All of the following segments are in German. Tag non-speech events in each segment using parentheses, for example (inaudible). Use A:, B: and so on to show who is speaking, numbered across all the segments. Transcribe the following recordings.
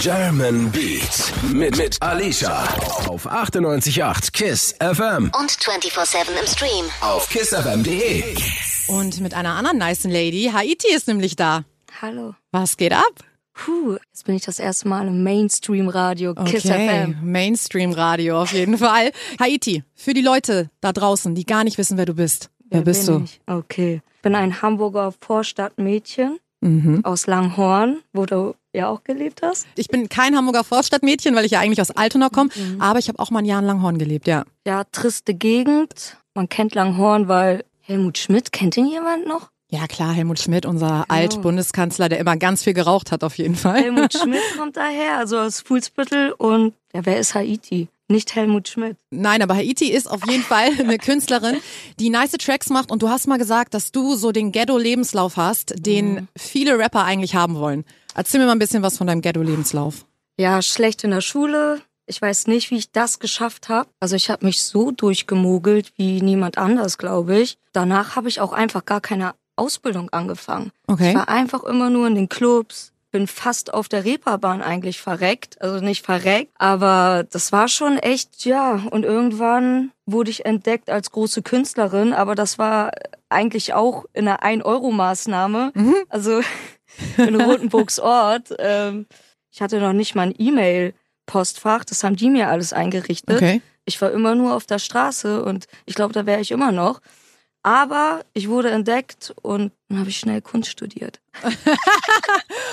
A: German Beats mit, mit Alicia auf 98.8 KISS FM
B: und 24-7 im Stream.
A: auf kissfm.de.
C: Und mit einer anderen nice Lady, Haiti ist nämlich da.
D: Hallo.
C: Was geht ab?
D: Puh, jetzt bin ich das erste Mal im Mainstream-Radio. Kiss FM.
C: Mainstream-Radio auf jeden Fall. Haiti, für die Leute da draußen, die gar nicht wissen, wer du bist. Wer, bist
D: bin
C: du?
D: Ich? Okay. Bin ein Hamburger Vorstadtmädchen
C: Mhm.
D: aus Langhorn, wo du ja auch gelebt hast.
C: Ich bin kein Hamburger Vorstadtmädchen, weil ich ja eigentlich aus Altona komme,
D: Mhm.
C: aber ich habe auch mal ein Jahr in Langhorn gelebt, ja.
D: Ja, triste Gegend. Man kennt Langhorn, weil Helmut Schmidt, kennt ihn
C: (laughs)
D: jemand noch?
C: Ja klar, Helmut Schmidt, unser Altbundeskanzler, der immer ganz viel geraucht hat auf jeden Fall.
D: Helmut Schmidt kommt daher, also aus Fuhlsbüttel und ja, wer ist Haiti? Nicht Helmut Schmidt.
C: Nein, aber Haiti ist auf jeden
D: (laughs)
C: Fall eine Künstlerin, die nice Tracks macht und du hast mal gesagt, dass du so den Ghetto-Lebenslauf hast, den
D: Mhm.
C: viele Rapper eigentlich haben wollen. Erzähl mir mal ein bisschen was von deinem Ghetto-Lebenslauf.
D: Ja, schlecht in der Schule. Ich weiß nicht, wie ich das geschafft habe. Also ich habe mich so durchgemogelt wie niemand anders, glaube ich. Danach habe ich auch einfach gar keine Ausbildung angefangen.
C: Okay.
D: Ich war einfach immer nur in den Clubs, bin fast auf der Reeperbahn eigentlich verreckt. Also nicht verreckt, aber das war schon echt, ja. Und irgendwann wurde ich entdeckt als große Künstlerin, aber das war eigentlich auch in einer 1-Euro-Maßnahme. Also (laughs) in Rotenburgs Ort. Ähm, ich hatte noch nicht mal ein E-Mail-Postfach, das haben die mir alles eingerichtet.
C: Okay.
D: Ich war immer nur auf der Straße und ich glaube, da wäre ich immer noch. Aber ich wurde entdeckt und dann habe ich schnell Kunst studiert.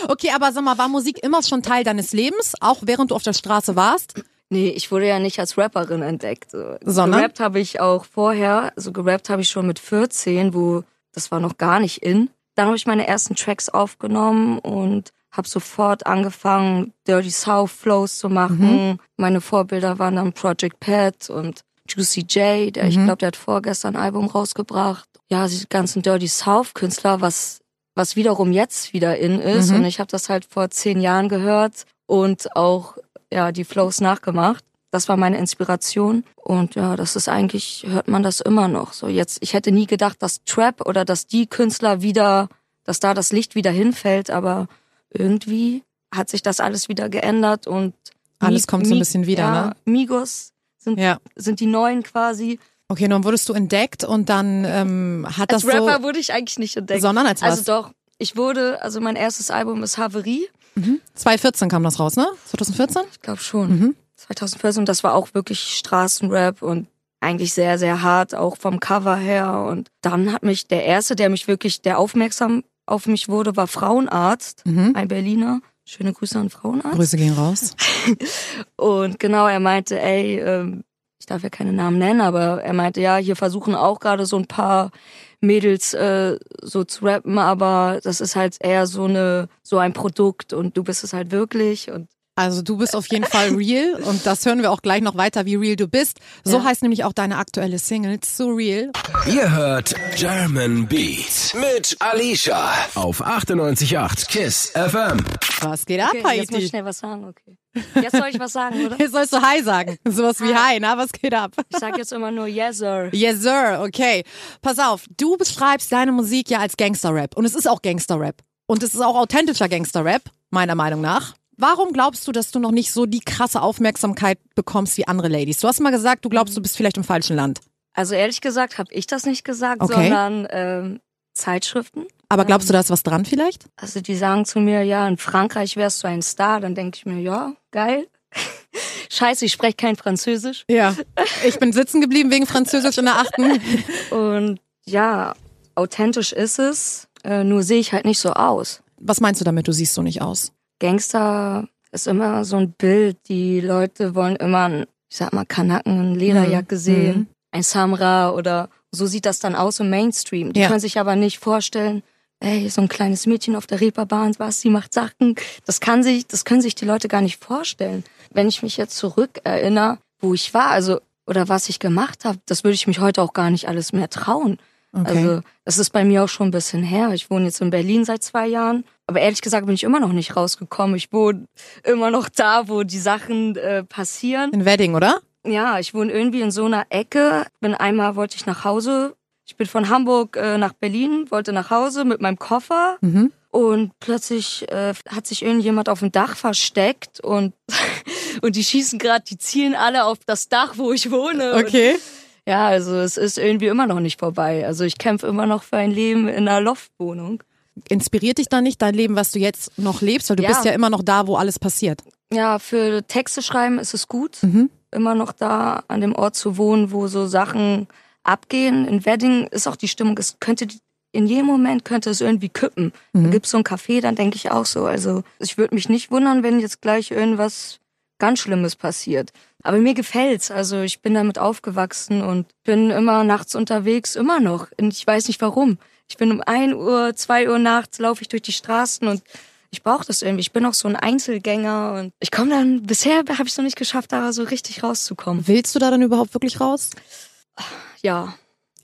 C: Okay, aber sag mal, war Musik immer schon Teil deines Lebens, auch während du auf der Straße warst?
D: Nee, ich wurde ja nicht als Rapperin entdeckt. So,
C: Sondern?
D: Gerappt habe ich auch vorher, also gerappt habe ich schon mit 14, wo das war noch gar nicht in. Dann habe ich meine ersten Tracks aufgenommen und habe sofort angefangen, Dirty South Flows zu machen. Meine Vorbilder waren dann Project Pat und Juicy J, der ich glaube, der hat vorgestern ein Album rausgebracht. Ja, die ganzen Dirty South Künstler, was was wiederum jetzt wieder in ist.
C: Mhm.
D: Und ich habe das halt vor zehn Jahren gehört und auch ja die Flows nachgemacht. Das war meine Inspiration. Und ja, das ist eigentlich, hört man das immer noch. So jetzt, ich hätte nie gedacht, dass Trap oder dass die Künstler wieder, dass da das Licht wieder hinfällt, aber irgendwie hat sich das alles wieder geändert und
C: Alles
D: Mi-
C: kommt so ein
D: Mi-
C: bisschen wieder,
D: ja,
C: ne?
D: Migos sind,
C: Ja.
D: sind die neuen quasi.
C: Okay, nun wurdest du entdeckt und dann ähm, hat
D: Als
C: das
D: Rapper
C: so...
D: wurde ich eigentlich nicht entdeckt.
C: Sondern als
D: Also
C: was?
D: doch, ich wurde, also mein erstes Album ist Haverie.
C: 2014 kam das raus, ne? 2014?
D: Ich glaube schon. 2014 und das war auch wirklich Straßenrap und eigentlich sehr, sehr hart, auch vom Cover her. Und dann hat mich der Erste, der mich wirklich, der aufmerksam auf mich wurde, war Frauenarzt, ein Berliner. Schöne Grüße an Frauenarzt.
C: Mhm. Grüße gehen raus.
D: Und genau, er meinte, ey, ähm, ich darf ja keine Namen nennen, aber er meinte, ja, hier versuchen auch gerade so ein paar Mädels äh, so zu rappen, aber das ist halt eher so eine, so ein Produkt und du bist es halt wirklich und
C: Also du bist auf jeden Fall
D: (laughs)
C: real und das hören wir auch gleich noch weiter, wie real du bist. So heißt nämlich auch deine aktuelle Single, So Real.
A: Ihr hört German Beats mit Alicia auf 98.8 KISS FM.
C: Was geht ab,
D: Okay, jetzt muss ich
C: Haiti?
D: schnell was sagen, okay. Jetzt soll ich was sagen, oder?
C: Jetzt sollst du Hi
D: (laughs)
C: sagen. Sowas wie Hi, na, was geht ab?
D: Ich sag jetzt immer nur Yes, sir.
C: Yes, sir, okay. Pass auf, du beschreibst deine Musik ja als Gangster-Rap. Und es ist auch Gangster-Rap. Und es ist auch authentischer Gangster-Rap, meiner Meinung nach. Warum glaubst du, dass du noch nicht so die krasse Aufmerksamkeit bekommst wie andere Ladies? Du hast mal gesagt, du glaubst, du bist vielleicht im falschen Land.
D: Also ehrlich gesagt habe ich das nicht gesagt,
C: Okay.
D: sondern ähm, Zeitschriften.
C: Aber glaubst du, da ist was dran vielleicht?
D: Also die sagen zu mir, ja, in Frankreich wärst du ein Star. Dann denke ich mir, ja, geil. (laughs) Scheiße, ich spreche kein Französisch. (laughs)
C: Ja. Ich bin sitzen geblieben wegen Französisch in der achten.
D: Und ja, authentisch ist es, äh, nur sehe ich halt nicht so aus.
C: Was meinst du damit, du siehst so nicht aus?
D: Gangster ist immer so ein Bild. Die Leute wollen immer, einen, ich sag mal, Kanaken in
C: Mhm.
D: Lederjacke sehen, ein Samra oder so sieht das dann aus im Mainstream. Die
C: Ja.
D: können sich aber nicht vorstellen, ey, so ein kleines Mädchen auf der Reeperbahn, was, sie macht Sachen. Das kann sich, das können sich die Leute gar nicht vorstellen. Wenn ich mich jetzt zurückerinnere, wo ich war, also oder was ich gemacht habe, das würde ich mich heute auch gar nicht alles mehr trauen.
C: Okay.
D: Also das ist bei mir auch schon ein bisschen her. Ich wohne jetzt in Berlin seit zwei Jahren. Aber ehrlich gesagt bin ich immer noch nicht rausgekommen. Ich wohne immer noch da, wo die Sachen äh, passieren.
C: In Wedding, oder?
D: Ja, ich wohne irgendwie in so einer Ecke. Bin einmal wollte ich nach Hause. Ich bin von Hamburg äh, nach Berlin, wollte nach Hause mit meinem Koffer. Und plötzlich äh, hat sich irgendjemand auf dem Dach versteckt und, (laughs) und die schießen gerade, die zielen alle auf das Dach, wo ich wohne. Und
C: Okay.
D: ja, also es ist irgendwie immer noch nicht vorbei. Also ich kämpfe immer noch für ein Leben in einer Loftwohnung.
C: Inspiriert dich da nicht dein Leben, was du jetzt noch lebst? Weil du
D: Ja.
C: bist ja immer noch da, wo alles passiert.
D: Ja, für Texte schreiben ist es gut,
C: Mhm.
D: immer noch da an dem Ort zu wohnen, wo so Sachen abgehen. In Wedding ist auch die Stimmung, es könnte in jedem Moment könnte es irgendwie kippen. Da gibt's so ein Café, dann denke ich auch so. Also ich würde mich nicht wundern, wenn jetzt gleich irgendwas ganz Schlimmes passiert. Aber mir gefällt's. Also ich bin damit aufgewachsen und bin immer nachts unterwegs, immer noch. Und ich weiß nicht warum. Ich bin um 1 Uhr, 2 Uhr nachts laufe ich durch die Straßen und ich brauche das irgendwie. Ich bin auch so ein Einzelgänger und ich komme dann, bisher habe ich es noch nicht geschafft, da so richtig rauszukommen.
C: Willst du da dann überhaupt wirklich raus?
D: Ja.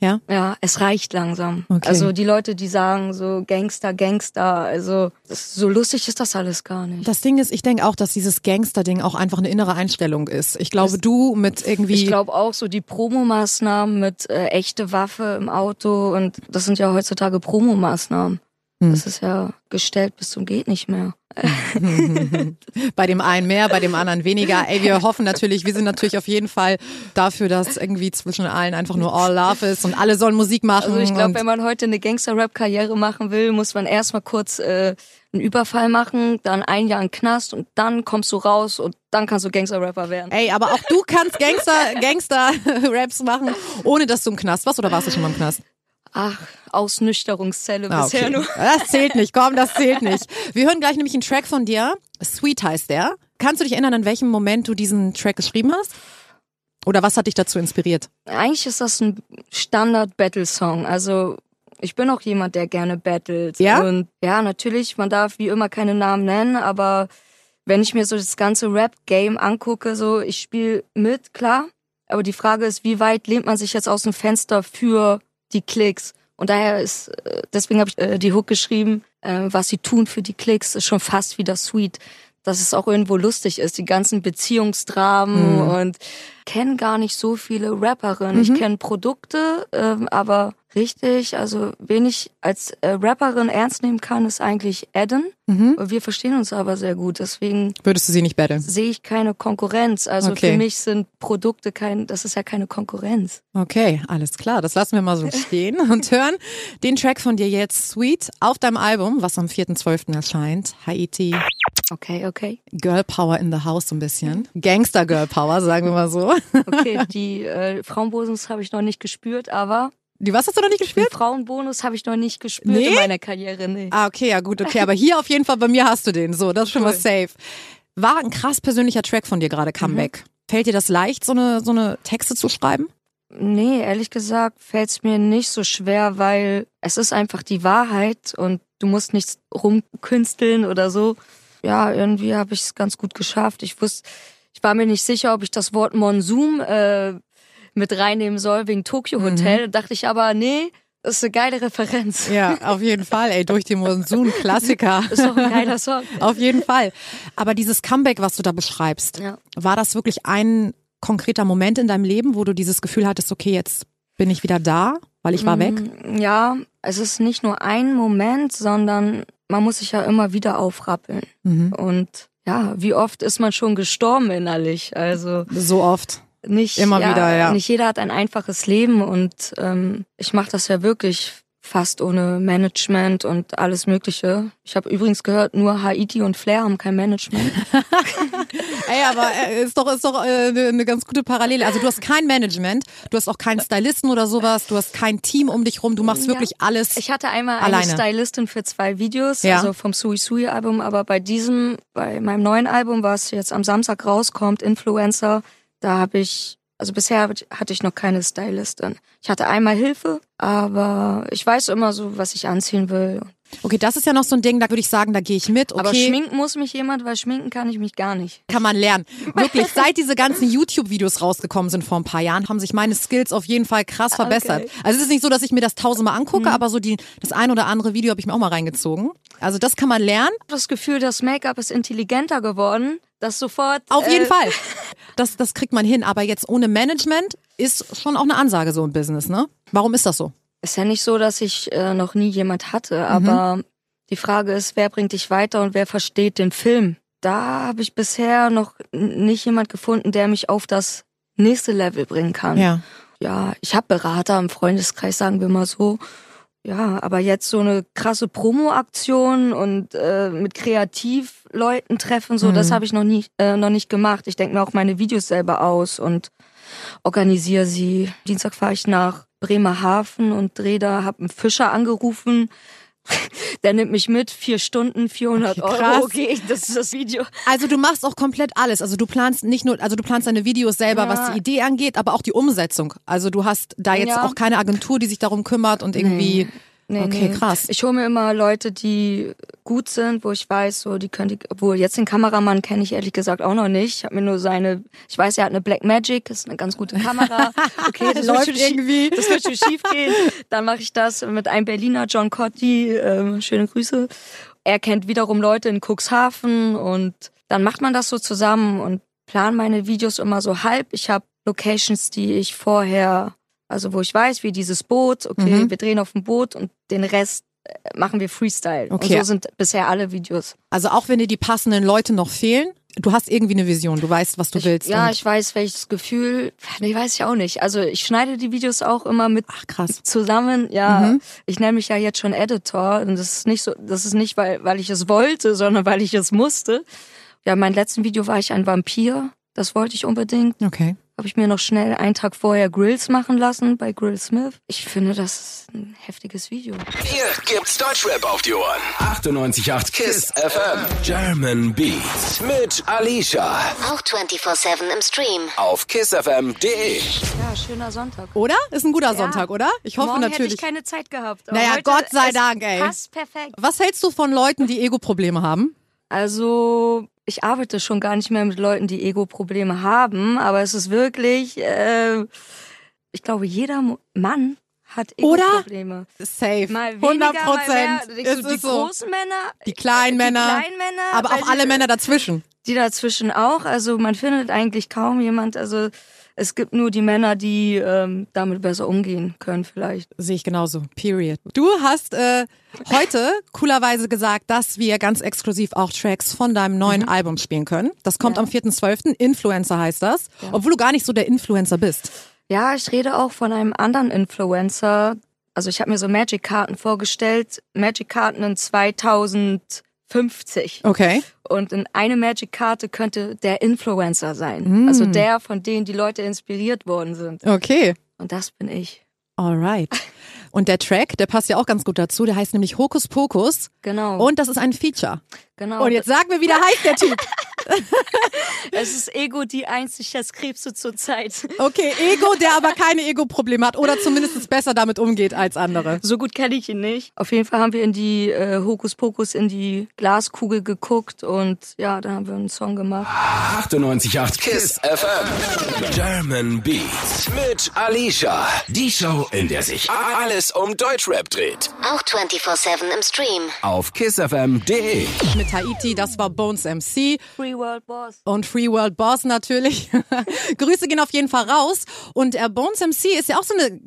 C: Ja?
D: Ja, es reicht langsam.
C: Okay.
D: Also die Leute, die sagen so Gangster, Gangster, also das, so lustig ist das alles gar nicht.
C: Das Ding ist, ich denke auch, dass dieses Gangster-Ding auch einfach eine innere Einstellung ist. Ich glaube, du mit irgendwie.
D: Ich glaube auch so die Promomaßnahmen mit äh, echte Waffe im Auto und das sind ja heutzutage Promomaßnahmen. Das ist ja gestellt bis zum geht nicht mehr.
C: bei dem einen mehr, bei dem anderen weniger. Ey, wir hoffen natürlich, wir sind natürlich auf jeden Fall dafür, dass irgendwie zwischen allen einfach nur all love ist und alle sollen Musik machen.
D: Also ich glaube,
C: und-
D: wenn man heute eine Gangster-Rap-Karriere machen will, muss man erstmal kurz äh, einen Überfall machen, dann ein Jahr in den Knast und dann kommst du raus und dann kannst du Gangster-Rapper werden.
C: Ey, aber auch du kannst Gangster, Gangster-Raps machen, ohne dass du im Knast warst oder warst du schon mal im Knast?
D: Ach, Ausnüchterungszelle
C: Ah,
D: bisher nur.
C: Das zählt nicht, komm, das zählt nicht. Wir hören gleich nämlich einen Track von dir. Sweet heißt der. Kannst du dich erinnern, an welchem Moment du diesen Track geschrieben hast? Oder was hat dich dazu inspiriert?
D: Eigentlich ist das ein Standard-Battle-Song. Also ich bin auch jemand, der gerne battelt.
C: Ja?
D: Und ja, natürlich, man darf wie immer keine Namen nennen, aber wenn ich mir so das ganze Rap-Game angucke, so ich spiele mit, klar. Aber die Frage ist, wie weit lehnt man sich jetzt aus dem Fenster für die Klicks? Und daher ist, äh, deswegen habe ich äh, die Hook geschrieben, äh, was sie tun für die Klicks, ist schon fast wieder sweet. Dass es auch irgendwo lustig ist, die ganzen Beziehungsdramen und kenne gar nicht so viele Rapperinnen. Ich kenne Produkte, ähm, aber richtig, also wen ich als äh, Rapperin ernst nehmen kann, ist eigentlich Adam. Wir verstehen uns aber sehr gut, deswegen
C: Würdest du sie nicht battlen?
D: sehe ich keine Konkurrenz. Also
C: Okay.
D: für mich sind Produkte kein, das ist ja keine Konkurrenz.
C: Okay, alles klar. Das lassen wir mal so
D: (laughs)
C: stehen und hören den Track von dir jetzt, Sweet, auf deinem Album, was am 4.12. erscheint. Haiti,
D: Okay, okay.
C: Girl Power in the House so ein bisschen. Gangster Girl Power, sagen wir mal so.
D: Okay, die äh, Frauenbonus habe ich noch nicht gespürt, aber
C: Die, was hast du noch nicht
D: den
C: gespielt?
D: Frauenbonus habe ich noch nicht gespürt
C: Nee?
D: in meiner Karriere. Nee.
C: Ah, okay, ja gut, okay. Aber hier auf jeden Fall, bei mir hast du den. So, das ist schon mal safe. War ein krass persönlicher Track von dir gerade, Comeback. Fällt dir das leicht, so eine, so eine Texte zu schreiben?
D: Nee, ehrlich gesagt fällt es mir nicht so schwer, weil es ist einfach die Wahrheit und du musst nichts rumkünsteln oder so. Ja, irgendwie habe ich es ganz gut geschafft. Ich wusste, ich war mir nicht sicher, ob ich das Wort Monsum äh, mit reinnehmen soll wegen Tokyo Hotel. Dachte ich aber, nee, das ist eine geile Referenz.
C: Ja, auf jeden Fall, ey, durch den Monsun, (laughs) Klassiker.
D: Ist doch ein geiler Song.
C: Auf jeden Fall. Aber dieses Comeback, was du da beschreibst,
D: Ja.
C: war das wirklich ein konkreter Moment in deinem Leben, wo du dieses Gefühl hattest, okay, jetzt bin ich wieder da, weil ich war weg?
D: Ja, es ist nicht nur ein Moment, sondern man muss sich ja immer wieder aufrappeln. Und ja, wie oft ist man schon gestorben innerlich? Also
C: So oft.
D: nicht
C: Immer wieder, ja.
D: Nicht jeder hat ein einfaches Leben und ähm, ich mache das ja wirklich fast ohne Management und alles Mögliche. Ich habe übrigens gehört, nur Haiti und Flair haben
C: (laughs)
D: kein Management.
C: Ey, aber äh, ist doch ist doch äh, eine eine ganz gute Parallele. Also du hast kein Management, du hast auch keinen Stylisten oder sowas, du hast kein Team um dich rum, du machst wirklich alles.
D: Ich hatte einmal
C: Alleine.
D: eine Stylistin für zwei Videos,
C: Ja.
D: also vom Sui Sui Album, aber bei diesem, bei meinem neuen Album, was jetzt am Samstag rauskommt, Influencer, da habe ich, also bisher hab ich- hatte ich noch keine Stylistin. Ich hatte einmal Hilfe, aber ich weiß immer so, was ich anziehen will.
C: Okay, das ist ja noch so ein Ding, da würde ich sagen, da gehe ich mit. Okay.
D: Aber schminken muss mich jemand, weil schminken kann ich mich gar nicht.
C: kann man lernen. Wirklich, seit diese ganzen YouTube-Videos rausgekommen sind vor ein paar Jahren, haben sich meine Skills auf jeden Fall krass verbessert. Also es ist nicht so, dass ich mir das tausendmal angucke,
D: Hm.
C: aber so die, das ein oder andere Video habe ich mir auch mal reingezogen. Also das kann man lernen,
D: Ich habe das Gefühl, das Make-up ist intelligenter geworden, dass sofort
C: auf jeden
D: äh,
C: Fall. Das, das kriegt man hin, aber jetzt ohne Management ist schon auch eine Ansage so im Business, ne? Warum ist das so? Mhm.
D: ist ja nicht so, dass ich äh, noch nie jemand hatte, aber Die Frage ist, wer bringt dich weiter und wer versteht den Film? Da habe ich bisher noch n- nicht jemand gefunden, der mich auf das nächste Level bringen kann.
C: Ja.
D: ja ich habe Berater im Freundeskreis, sagen wir mal so. Ja, aber jetzt so eine krasse Promo-Aktion und äh, mit Kreativleuten treffen, so,
C: Mhm.
D: das habe ich noch nie, äh, noch nicht gemacht. Ich denke mir auch meine Videos selber aus und organisiere sie. Dienstag fahre ich nach Bremerhaven und drehe da, habe einen Fischer angerufen. (laughs) Der nimmt mich mit, vier Stunden, 400
C: Okay, krass.
D: Euro. Okay, das ist das Video.
C: Also du machst auch komplett alles. Also du planst nicht nur, also du planst deine Videos selber,
D: Ja.
C: was die Idee angeht, aber auch die Umsetzung. Also du hast da jetzt
D: Ja.
C: auch keine Agentur, die sich darum kümmert und irgendwie.
D: Nee,
C: okay,
D: nee.
C: krass.
D: Ich hole mir immer Leute, die gut sind, wo ich weiß, so die können die, obwohl jetzt den Kameramann kenne ich ehrlich gesagt auch noch nicht. Ich habe mir nur seine, ich weiß, er hat eine Black Magic, ist eine ganz gute
C: (laughs)
D: Kamera. Okay, das
C: Läuft
D: wird schon
C: irgendwie.
D: Schief, das wird schon schief gehen. Dann mache ich das mit einem Berliner John Cotti. Ähm, schöne Grüße. Er kennt wiederum Leute in Cuxhaven und dann macht man das so zusammen und plan meine Videos immer so halb. Ich habe Locations, die ich vorher also wo ich weiß, wie dieses Boot,
C: Mhm.
D: okay, wir drehen auf dem Boot und den Rest äh, machen wir Freestyle.
C: Okay.
D: Und so sind bisher alle Videos.
C: Also auch wenn dir die passenden Leute noch fehlen, du hast irgendwie eine Vision, du weißt, was du willst.
D: Ja,
C: und-
D: ich weiß, welches Gefühl. Nee, weiß ich auch nicht. Also ich schneide die Videos auch immer mit
C: Ach krass.
D: zusammen. Ja,
C: Mhm.
D: ich nenne mich ja jetzt schon Editor und das ist nicht so, das ist nicht, weil, weil ich es wollte, sondern weil ich es musste. Ja, in meinem letzten Video war ich ein Vampir. Das wollte ich unbedingt.
C: Okay.
D: Habe ich mir noch schnell einen Tag vorher Grills machen lassen bei Grill Smith. Ich finde, das ist ein heftiges Video.
A: Hier gibt's Deutschrap auf die Ohren. 98.8 KISS FM. German Beats. Mit Alicia.
B: Auch 24-7 im Stream.
A: Auf kissfm.de.
D: Ja, schöner Sonntag.
C: Oder? Ist ein guter Sonntag, oder? Ich hoffe
D: Morgen hätte
C: natürlich.
D: ich keine Zeit gehabt. aber
C: Naja,
D: heute-
C: Gott sei
D: es
C: Dank, ey.
D: Passt perfekt.
C: was hältst du von Leuten, die Ego-Probleme haben?
D: Also, ich arbeite schon gar nicht mehr mit Leuten, die Ego-Probleme haben, aber es ist wirklich, äh, ich glaube, jeder Mo- Mann hat
C: Oder?
D: Ego-Probleme.
C: Safe.
D: Mal
C: 100
D: weniger, mal mehr.
C: Prozent.
D: Du denkst so,
C: Es
D: die
C: ist so.
D: großen Männer,
C: Die kleinen
D: die
C: Männer.
D: kleinen Männer,
C: aber
D: weil
C: auch
D: die-
C: alle Männer dazwischen.
D: die dazwischen auch. Also man findet eigentlich kaum jemand. Also es gibt nur die Männer, die ähm, damit besser umgehen können vielleicht.
C: Sehe ich genauso. Period. Du hast äh, heute coolerweise gesagt, dass wir ganz exklusiv auch Tracks von deinem neuen Album spielen können. Das kommt am 4.12. Influencer heißt das. Obwohl du gar nicht so der Influencer bist.
D: Ja, ich rede auch von einem anderen Influencer. Also ich habe mir so Magic-Karten vorgestellt. Magic-Karten in 2050.
C: Okay.
D: Und in eine Magic-Karte könnte der Influencer sein. Also der, von denen die Leute inspiriert worden sind.
C: Okay.
D: Und das bin ich.
C: Alright. Und der Track, der passt ja auch ganz gut dazu. Der heißt nämlich Hokus Pokus.
D: Genau.
C: Und das ist ein Feature.
D: genau.
C: Und jetzt sag mir, wie der heißt, der Typ.
D: es ist Ego, die einzig das Krebse zur Zeit.
C: Okay, Ego, der aber keine Ego-Probleme hat oder zumindest besser damit umgeht als andere.
D: (laughs) So gut kenne ich ihn nicht. Auf jeden Fall haben wir in die äh, Hokuspokus in die Glaskugel geguckt und ja, dann haben wir einen Song gemacht.
A: 98.8 KISS FM. German Beats. Mit Alicia. Die Show, in der sich a- alles um Deutschrap dreht.
B: Auch 24-7 im Stream.
A: Auf kissfm.de.
C: Mit Haiti, das war Bones MC.
D: Free World Boss.
C: und Free World Boss natürlich. (laughs) Grüße gehen auf jeden Fall raus. Und äh, Bones MC ist ja auch so eine,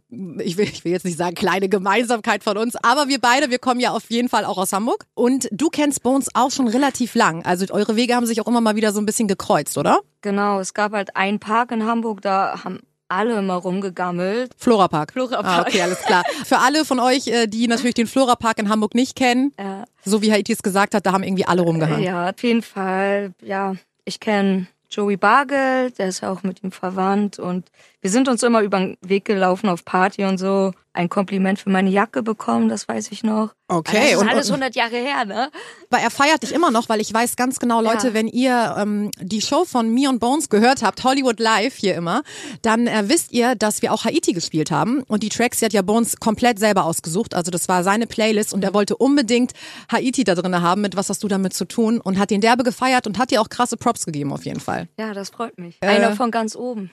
C: ich will, ich will jetzt nicht sagen kleine Gemeinsamkeit von uns, aber wir beide, wir kommen ja auf jeden Fall auch aus Hamburg. Und du kennst Bones auch schon relativ lang. Also eure Wege haben sich auch immer mal wieder so ein bisschen gekreuzt, oder?
D: Genau, es gab halt einen Park in Hamburg, da haben alle immer rumgegammelt.
C: Flora Park.
D: Flora
C: Ah,
D: Park.
C: okay, alles klar. Für alle von euch, äh, die natürlich den Flora Park in Hamburg nicht kennen,
D: Ja.
C: so wie Haiti es gesagt hat, da haben irgendwie alle rumgehangen.
D: Ja, auf jeden Fall, ja, ich kenne Joey Bargel, der ist ja auch mit ihm verwandt und wir sind uns immer über den Weg gelaufen auf Party und so. Ein Kompliment für meine Jacke bekommen, das weiß ich noch.
C: Okay,
D: Das Also ist
C: und-
D: alles
C: und-
D: 100 Jahre her, ne?
C: Aber er feiert dich immer noch, weil ich weiß ganz genau, Leute,
D: Ja.
C: wenn ihr ähm, die Show von Me und Bones gehört habt, Hollywood Live hier immer, dann äh, wisst ihr, dass wir auch Haiti gespielt haben. Und die Tracks, die hat ja Bones komplett selber ausgesucht. Also das war seine Playlist und er wollte unbedingt Haiti da drin haben, mit was hast du damit zu tun? Und hat den derbe gefeiert und hat dir auch krasse Props gegeben auf jeden Fall.
D: Ja, das freut mich. Einer von ganz oben.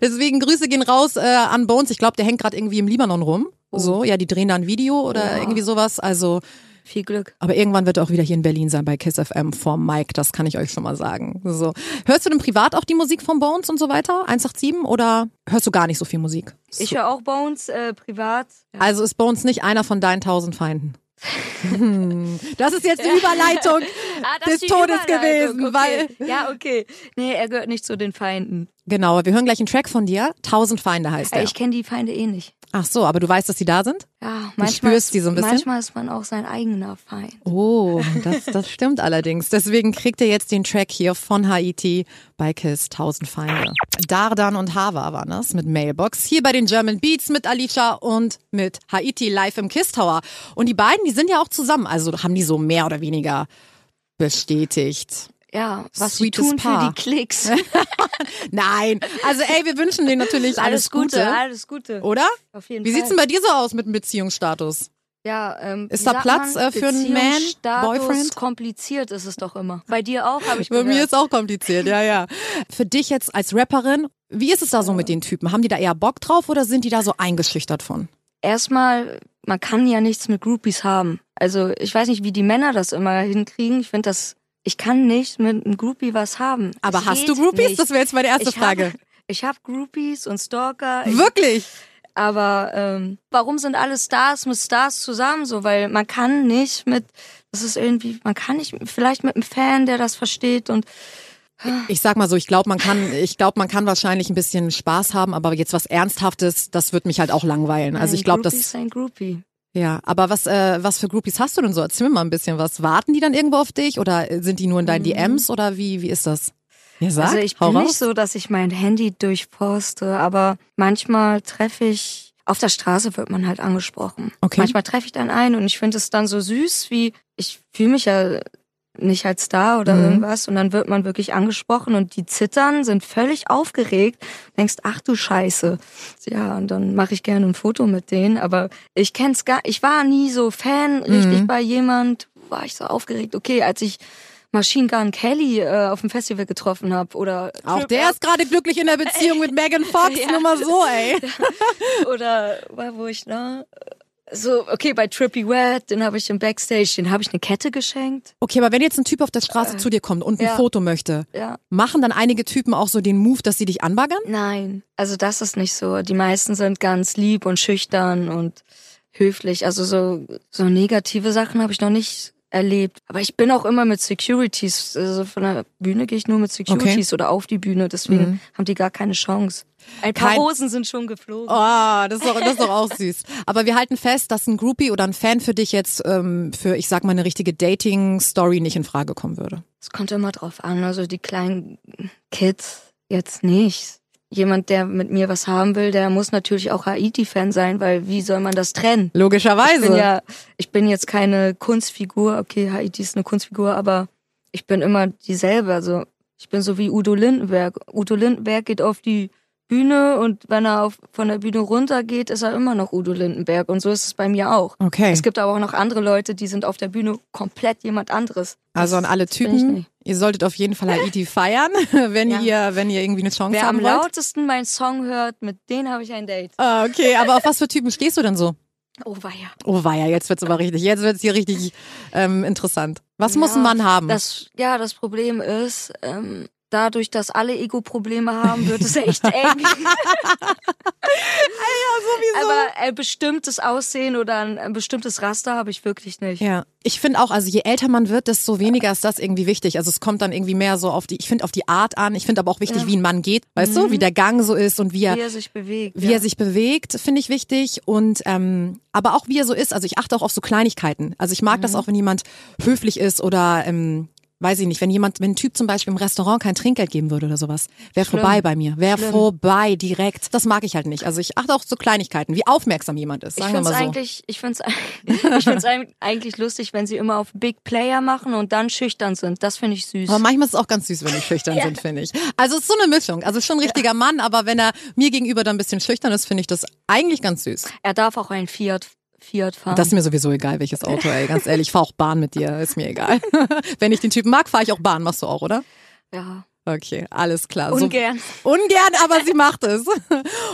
C: Deswegen Grüße gehen raus äh, an Bones. Ich glaube, der hängt gerade irgendwie im Libanon rum. So, ja, die drehen da ein Video oder irgendwie sowas. Also
D: Viel Glück.
C: Aber irgendwann wird er auch wieder hier in Berlin sein bei Kiss FM vorm Mike, das kann ich euch schon mal sagen. So. Hörst du denn privat auch die Musik von Bones und so weiter? 187 oder hörst du gar nicht so viel Musik?
D: Ich höre auch Bones äh, privat. Ja.
C: Also ist Bones nicht einer von deinen tausend Feinden. Hm, Das ist jetzt die Überleitung
D: (laughs) Ah, das
C: des
D: ist die
C: Todes
D: Überleitung.
C: gewesen,
D: okay.
C: weil
D: Ja, okay. Nee, er gehört nicht zu den Feinden.
C: Genau, aber wir hören gleich einen Track von dir. Tausend Feinde heißt
D: Äh,
C: er.
D: Ich kenne die Feinde eh nicht.
C: Ach so, aber du weißt, dass die da sind?
D: Ja, manchmal
C: spürst
D: ist,
C: die so ein bisschen?
D: Manchmal ist man auch sein eigener Feind.
C: Oh, das, das stimmt allerdings. Deswegen kriegt ihr jetzt den Track hier von Haiti bei Kiss Tausend Feinde. Dardan und Hava waren das mit Mailbox. Hier bei den German Beats mit Alicia und mit Haiti live im Kiss Tower. Und die beiden, die sind ja auch zusammen. Also haben die so mehr oder weniger bestätigt.
D: Ja, was
C: Sweetes
D: sie tun
C: Paar.
D: für
C: (laughs)
D: die Klicks.
C: Nein, also ey, wir wünschen denen natürlich alles,
D: alles Gute.
C: Oder?
D: Auf jeden
C: Wie
D: Fall.
C: sieht's denn bei dir so aus mit dem Beziehungsstatus?
D: Ja, ähm,
C: Ist
D: wie
C: da
D: sagt
C: Platz,
D: man?
C: äh, für einen Man,
D: Beziehungsstatus,
C: Boyfriend?
D: Kompliziert ist es doch immer. Bei dir auch, habe ich
C: Bei
D: gehört.
C: mir ist auch kompliziert, ja, ja. Für dich jetzt als Rapperin, wie ist es da so mit den Typen? Haben die da eher Bock drauf oder sind die da so eingeschüchtert von?
D: Erstmal, man kann ja nichts mit Groupies haben. Also ich weiß nicht, wie die Männer das immer hinkriegen. Ich finde das, ich kann nicht mit einem Groupie was haben.
C: Aber
D: Es
C: hast du
D: geht
C: Groupies?
D: Nicht.
C: Das wäre jetzt meine erste
D: ich
C: Frage.
D: Hab, (laughs) ich habe Groupies und Stalker.
C: (laughs)
D: Ich,
C: Wirklich?
D: aber ähm, warum sind alle Stars mit Stars zusammen so? Weil man kann nicht mit, das ist irgendwie, man kann nicht, vielleicht mit einem Fan, der das versteht und
C: Ich sag mal so, ich glaube, man kann, ich glaube, man kann wahrscheinlich ein bisschen Spaß haben, aber jetzt was Ernsthaftes, das wird mich halt auch langweilen. Also
D: ein
C: ich glaube,
D: Groupie
C: das,
D: ist ein Groupie.
C: ja. Aber was, äh, was für Groupies hast du denn so? Erzähl mir mal ein bisschen was. Warten die dann irgendwo auf dich oder sind die nur in deinen DMs oder wie, wie ist das? Ja, sag,
D: Also ich
C: hau
D: bin
C: raus.
D: nicht so, dass ich mein Handy durchforste, aber manchmal treffe ich, auf der Straße wird man halt angesprochen.
C: Okay.
D: Manchmal treffe ich dann einen und ich finde es dann so süß, wie ich fühle mich ja nicht als da oder
C: Mhm.
D: irgendwas und dann wird man wirklich angesprochen und die zittern, sind völlig aufgeregt, denkst, ach du Scheiße. Ja, und dann mache ich gerne ein Foto mit denen, aber ich kenn's gar, ich war nie so Fan
C: Mhm.
D: richtig bei jemand, war ich so aufgeregt. Okay, als ich Machine Gun Kelly äh, auf dem Festival getroffen habe oder
C: Auch
D: Trip
C: der ist gerade glücklich in der Beziehung
D: (laughs)
C: mit Megan Fox,
D: Ja.
C: nur mal so, ey.
D: oder war wo ich ne so okay bei Trippy Red, den habe ich im Backstage, den habe ich eine Kette geschenkt.
C: Okay, aber wenn jetzt ein Typ auf der Straße zu dir kommt und ein
D: Äh, ja.
C: Foto möchte,
D: Ja.
C: machen dann einige Typen auch so den Move, dass sie dich anbaggern?
D: Nein, also das ist nicht so. Die meisten sind ganz lieb und schüchtern und höflich. Also so, so negative Sachen habe ich noch nicht erlebt. Aber ich bin auch immer mit Securities. Also von der Bühne gehe ich nur mit Securities oder auf die Bühne. Deswegen haben die gar keine Chance. Mhm. Oh. Ein paar
C: Kein-
D: Rosen sind schon geflogen.
C: Ah, das ist, doch, das ist doch auch süß. Aber wir halten fest, dass ein Groupie oder ein Fan für dich jetzt ähm, für, ich sag mal, eine richtige Dating-Story nicht in Frage kommen würde.
D: Es kommt immer drauf an. Also die kleinen Kids jetzt nicht. Jemand, der mit mir was haben will, der muss natürlich auch Haiti-Fan sein, weil wie soll man das trennen? Ich
C: Logischerweise.
D: bin ja, ich bin jetzt keine Kunstfigur. Okay, Haiti ist eine Kunstfigur, aber ich bin immer dieselbe. Also ich bin so wie Udo Lindenberg. Udo Lindenberg geht auf die Bühne und wenn er auf, von der Bühne runtergeht, ist er immer noch Udo Lindenberg. Und so ist es bei mir auch.
C: Okay.
D: Es gibt aber auch noch andere Leute, die sind auf der Bühne komplett jemand anderes.
C: Also an alle
D: Das bin ich
C: Typen,
D: nicht.
C: ihr solltet auf jeden Fall Haiti feiern, (laughs) wenn ihr, wenn ihr irgendwie eine Chance
D: Wer am
C: haben wollt.
D: lautesten meinen Song hört, mit denen habe ich ein Date.
C: Ah, okay, aber auf was für Typen stehst du denn so?
D: Oh, weia.
C: Oh weia, jetzt wird's aber richtig, jetzt wird's hier richtig ähm, interessant. Was muss
D: Ja,
C: ein Mann haben?
D: Das, ja, das Problem ist, ähm, dadurch, dass alle Ego-Probleme haben, wird es
C: (laughs)
D: echt eng. Ah ja, sowieso.
C: äh,
D: Aber ein bestimmtes Aussehen oder ein, ein bestimmtes Raster habe ich wirklich nicht.
C: Ja, ich finde auch, also je älter man wird, desto weniger ist das irgendwie wichtig. Also es kommt dann irgendwie mehr so auf die, ich finde auf die Art an. Ich finde aber auch wichtig, wie ein Mann geht, weißt du, wie der Gang so ist und wie er,
D: Mhm. Wie er sich bewegt.
C: wie
D: ja.
C: er sich bewegt, finde ich wichtig. Und ähm, aber auch wie er so ist. Also ich achte auch auf so Kleinigkeiten. Also ich mag
D: Mhm.
C: das auch, wenn jemand höflich ist oder ähm, weiß ich nicht, wenn jemand, wenn ein Typ zum Beispiel im Restaurant kein Trinkgeld geben würde oder sowas, wäre vorbei bei mir, wäre vorbei direkt. Das mag ich halt nicht. Also ich achte auch auf so Kleinigkeiten, wie aufmerksam jemand ist.
D: Ich
C: Sagen wir
D: finde es
C: mal so.
D: eigentlich, ich find's, (laughs) ich find's eig- eigentlich lustig, wenn sie immer auf Big Player machen und dann schüchtern sind. Das finde ich süß.
C: Aber manchmal ist es auch ganz süß, wenn die
D: (laughs)
C: schüchtern sind, finde ich. Also es ist so eine Mischung. Also schon ein richtiger Mann, aber wenn er mir gegenüber dann ein bisschen schüchtern ist, finde ich das eigentlich ganz süß.
D: Er darf auch ein Fiat, Fiat fahren.
C: Das ist mir sowieso egal, welches Auto, ey. Ganz ehrlich, ich fahre auch Bahn mit dir, ist mir egal. (laughs) wenn ich den Typen mag, fahre ich auch Bahn. Machst du auch, oder?
D: ja.
C: Okay, alles klar.
D: Ungern.
C: So, ungern, aber sie macht es. (laughs)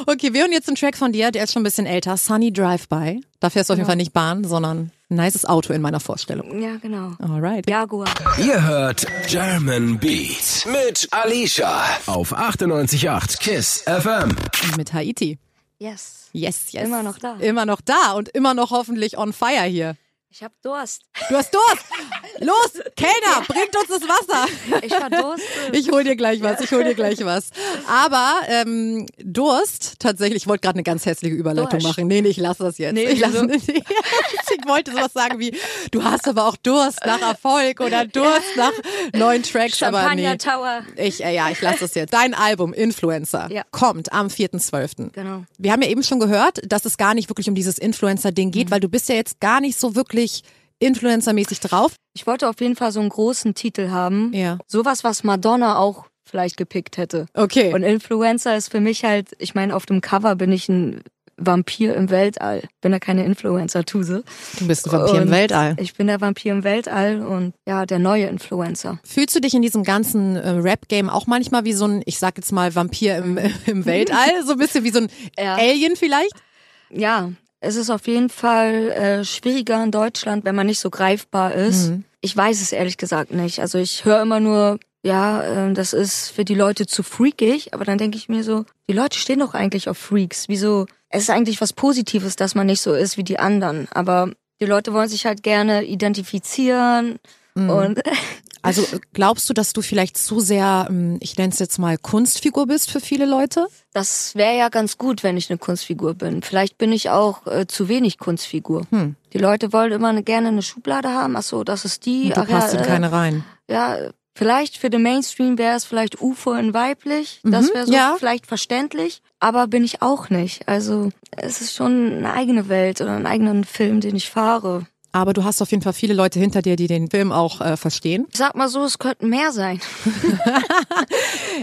C: Okay, wir hören jetzt einen Track von dir, der ist schon ein bisschen älter. Sunny Drive-By. Da fährst du auf jeden Fall nicht Bahn, sondern ein nices Auto in meiner Vorstellung.
D: Ja, genau.
C: Alright.
D: Jaguar.
A: Ihr hört German Beat mit Alicia auf 98.8 KISS FM.
C: Mit Haiti.
D: Yes.
C: Yes, yes.
D: Immer noch da.
C: Immer noch da und immer noch hoffentlich on fire hier.
D: Ich hab Durst.
C: Du hast Durst. Los, Kellner, bringt uns das Wasser.
D: Ich
C: (laughs)
D: verdurste.
C: Ich hol dir gleich was, ich hol dir gleich was. Aber ähm, Durst, tatsächlich, ich wollte gerade eine ganz hässliche Überleitung
D: Durst.
C: machen. Nee, nee, ich lasse (laughs) das jetzt.
D: Nee,
C: ich, lass,
D: wieso?
C: ich wollte sowas sagen wie, du hast aber auch Durst nach Erfolg oder Durst nach neuen Tracks, aber nee.
D: Champagner Tower.
C: Ich, äh, ja, ich lasse das jetzt. Dein Album Influencer
D: Ja.
C: kommt am 4.12.
D: Genau.
C: Wir haben ja eben schon gehört, dass es gar nicht wirklich um dieses Influencer-Ding
D: Mhm.
C: geht, weil du bist ja jetzt gar nicht so wirklich Influencer-mäßig drauf.
D: Ich wollte auf jeden Fall so einen großen Titel haben.
C: Ja.
D: Sowas, was Madonna auch vielleicht gepickt hätte.
C: Okay.
D: Und Influencer ist für mich halt, ich meine, auf dem Cover bin ich ein Vampir im Weltall. Bin da keine Influencer-Tuse.
C: du bist ein
D: Und Ich bin der Vampir im Weltall und ja, der neue Influencer.
C: Fühlst du dich in diesem ganzen äh, Rap-Game auch manchmal wie so ein, ich sag jetzt mal, Vampir im, (laughs) im Weltall? So ein bisschen wie so ein
D: Mhm. (laughs) Ja.
C: Alien vielleicht?
D: Ja, es ist auf jeden Fall äh, schwieriger in Deutschland, wenn man nicht so greifbar ist. Ich weiß es ehrlich gesagt nicht. Also ich höre immer nur, ja, äh, das ist für die Leute zu freakig, aber dann denke ich mir so, die Leute stehen doch eigentlich auf Freaks. Wieso? Es ist eigentlich was Positives, dass man nicht so ist wie die anderen, aber die Leute wollen sich halt gerne identifizieren und (laughs)
C: Also äh, glaubst du, dass du vielleicht zu sehr, ähm, ich nenne es jetzt mal, Kunstfigur bist für viele Leute?
D: Das wäre ja ganz gut, wenn ich eine Kunstfigur bin. Vielleicht bin ich auch äh, zu wenig Kunstfigur.
C: Hm.
D: Die Leute wollen immer eine, gerne eine Schublade haben. Ach so, das ist die.
C: Und du
D: Ach
C: passt
D: ja,
C: in
D: äh,
C: keine rein.
D: Ja, äh, vielleicht für den Mainstream wäre es vielleicht UFO in weiblich. Das wäre so
C: Mhm, ja.
D: vielleicht verständlich. Aber bin ich auch nicht. Also es ist schon eine eigene Welt oder einen eigenen Film, den ich fahre.
C: Aber du hast auf jeden Fall viele Leute hinter dir, die den Film auch äh, verstehen.
D: Ich sag mal so, es könnten mehr sein.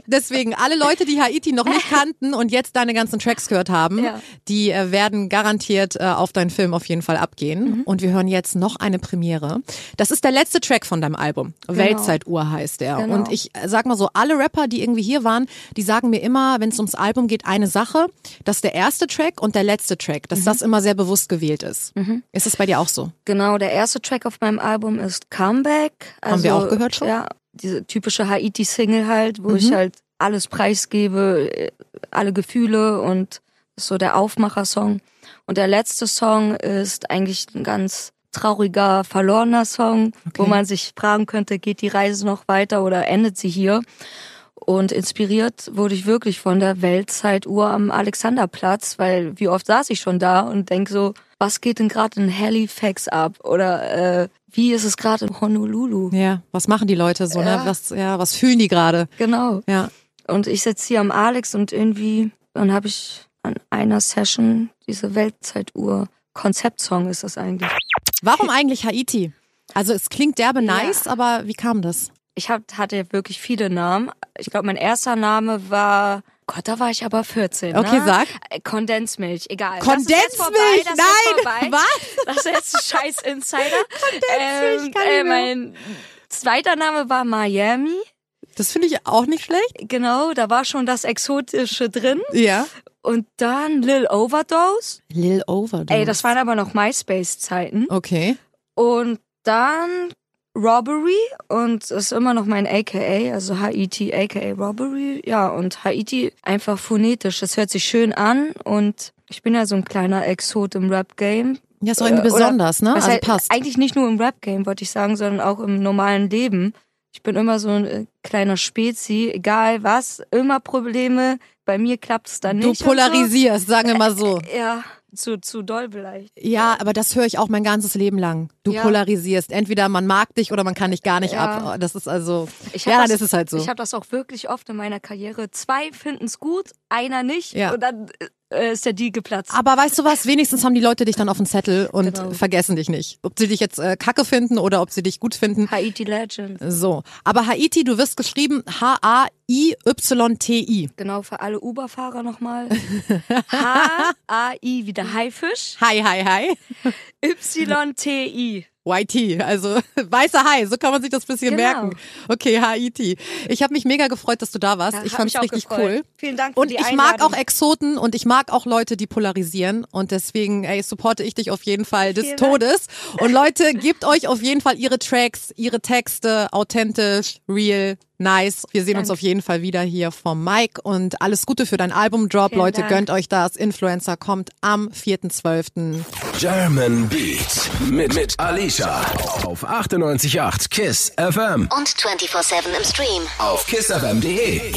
C: Deswegen, alle Leute, die Haiti noch
D: (laughs)
C: nicht kannten und jetzt deine ganzen Tracks gehört haben,
D: Ja.
C: die äh, werden garantiert äh, auf deinen Film auf jeden Fall
D: Mhm.
C: abgehen. Und wir hören jetzt noch eine Premiere. Das ist der letzte Track von deinem Album. Weltzeituhr heißt er.
D: Genau.
C: Und ich äh, sag mal so, alle Rapper, die irgendwie hier waren, die sagen mir immer, wenn es ums Album geht, eine Sache, dass der erste Track und der letzte Track,
D: Mhm.
C: dass das immer sehr bewusst gewählt ist. Ist es bei dir auch so?
D: Genau, der erste Track auf meinem Album ist Comeback. Also,
C: wir auch gehört schon? Mhm.
D: Ja, diese typische Haiti-Single halt, wo ich halt alles preisgebe, äh, alle Gefühle und ist so der Aufmacher-Song. Und der letzte Song ist eigentlich ein ganz trauriger, verlorener Song, wo man sich fragen könnte, geht die Reise noch weiter oder endet sie hier? Und inspiriert wurde ich wirklich von der Weltzeituhr am Alexanderplatz, weil wie oft saß ich schon da und denk so, was geht denn gerade in Halifax ab? Oder äh, wie ist es gerade in Honolulu?
C: Ja, was machen die Leute so, ne?
D: Ja.
C: Was, ja, was fühlen die gerade?
D: Genau.
C: Ja.
D: Und ich sitze hier am Alex und irgendwie, dann habe ich an einer Session diese Weltzeituhr. Konzeptsong ist das eigentlich.
C: Warum eigentlich Haiti? Also es klingt derbe nice, aber wie kam das?
D: Ich hab, hatte ja wirklich viele Namen. Ich glaube, mein erster Name war. Gott, da war ich aber 14.
C: Okay,
D: ne?
C: sag.
D: Äh, Kondensmilch, egal.
C: Kondensmilch,
D: das ist jetzt vorbei, das
C: nein,
D: Ist vorbei.
C: (laughs) was?
D: Das ist jetzt ein scheiß Insider.
C: Kondensmilch,
D: ähm,
C: kann ich
D: äh,
C: mir-
D: mein zweiter Name war Miami.
C: Das finde ich auch nicht schlecht.
D: Genau, da war schon das Exotische drin.
C: Ja.
D: Und dann Lil Overdose.
C: Lil Overdose.
D: Ey, das waren aber noch MySpace-Zeiten.
C: Okay.
D: Und dann Robbery und ist immer noch mein AKA, also Haiti, AKA Robbery. Ja, und Haiti einfach phonetisch. Das hört sich schön an und ich bin ja so ein kleiner Exot im Rap-Game.
C: Ja, ist auch irgendwie
D: Oder-
C: besonders, ne?
D: was
C: Also
D: halt-
C: passt.
D: Eigentlich nicht nur im Rap-Game, wollte ich sagen, sondern auch im normalen Leben. Ich bin immer so ein äh, kleiner Spezi, egal was, immer Probleme. Bei mir klappt es dann
C: Du
D: nicht. und so. Äh,
C: polarisierst, sagen wir mal
D: (laughs)
C: so.
D: Ja, zu, zu doll vielleicht.
C: Ja, aber das höre ich auch mein ganzes Leben lang. Du
D: Ja.
C: polarisierst. Entweder man mag dich oder man kann dich gar nicht
D: Ja.
C: ab. Das ist also.
D: Ich hab
C: ja, dann ist es halt so.
D: Ich habe das auch wirklich oft in meiner Karriere. Zwei finden es gut, einer nicht.
C: Ja.
D: Und dann äh, ist der Deal geplatzt.
C: aber weißt du was? Wenigstens haben die Leute dich dann auf dem Zettel und
D: Genau.
C: vergessen dich nicht. Ob sie dich jetzt äh, kacke finden oder ob sie dich gut finden,
D: Haiti Legend.
C: So, aber Haiti, du wirst geschrieben H-A-I-Y-T-I.
D: Genau, für alle Uber-Fahrer
C: (laughs)
D: nochmal. H-A-I wieder Haifisch.
C: Hi, hi, hi.
D: Y-T-I.
C: YT, also (laughs) weißer Hai, so kann man sich das bisschen
D: Genau.
C: merken. Okay, Haiti. Ich habe mich mega gefreut, dass du da warst.
D: Ja,
C: ich
D: hab
C: fand's
D: mich auch
C: richtig
D: gefreut.
C: cool.
D: Vielen Dank für
C: Und
D: die
C: ich mag auch
D: Einladung.
C: Exoten und ich mag auch Leute, die polarisieren und deswegen, ey, supporte ich dich auf jeden Fall des
D: Vielen Dank. (laughs)
C: Todes. Und Leute, gebt euch auf jeden Fall ihre Tracks, ihre Texte authentisch, real, Nice. Wir sehen uns auf jeden Fall wieder hier vom Mike und alles Gute für dein Albumdrop.
D: Vielen
C: Leute,
D: Dank.
C: gönnt euch das. Influencer kommt am 4.12.
A: German Beat mit, mit Alicia auf 98.8 KISS FM
B: Und 24-7 im Stream.
A: E. auf kissfm.de.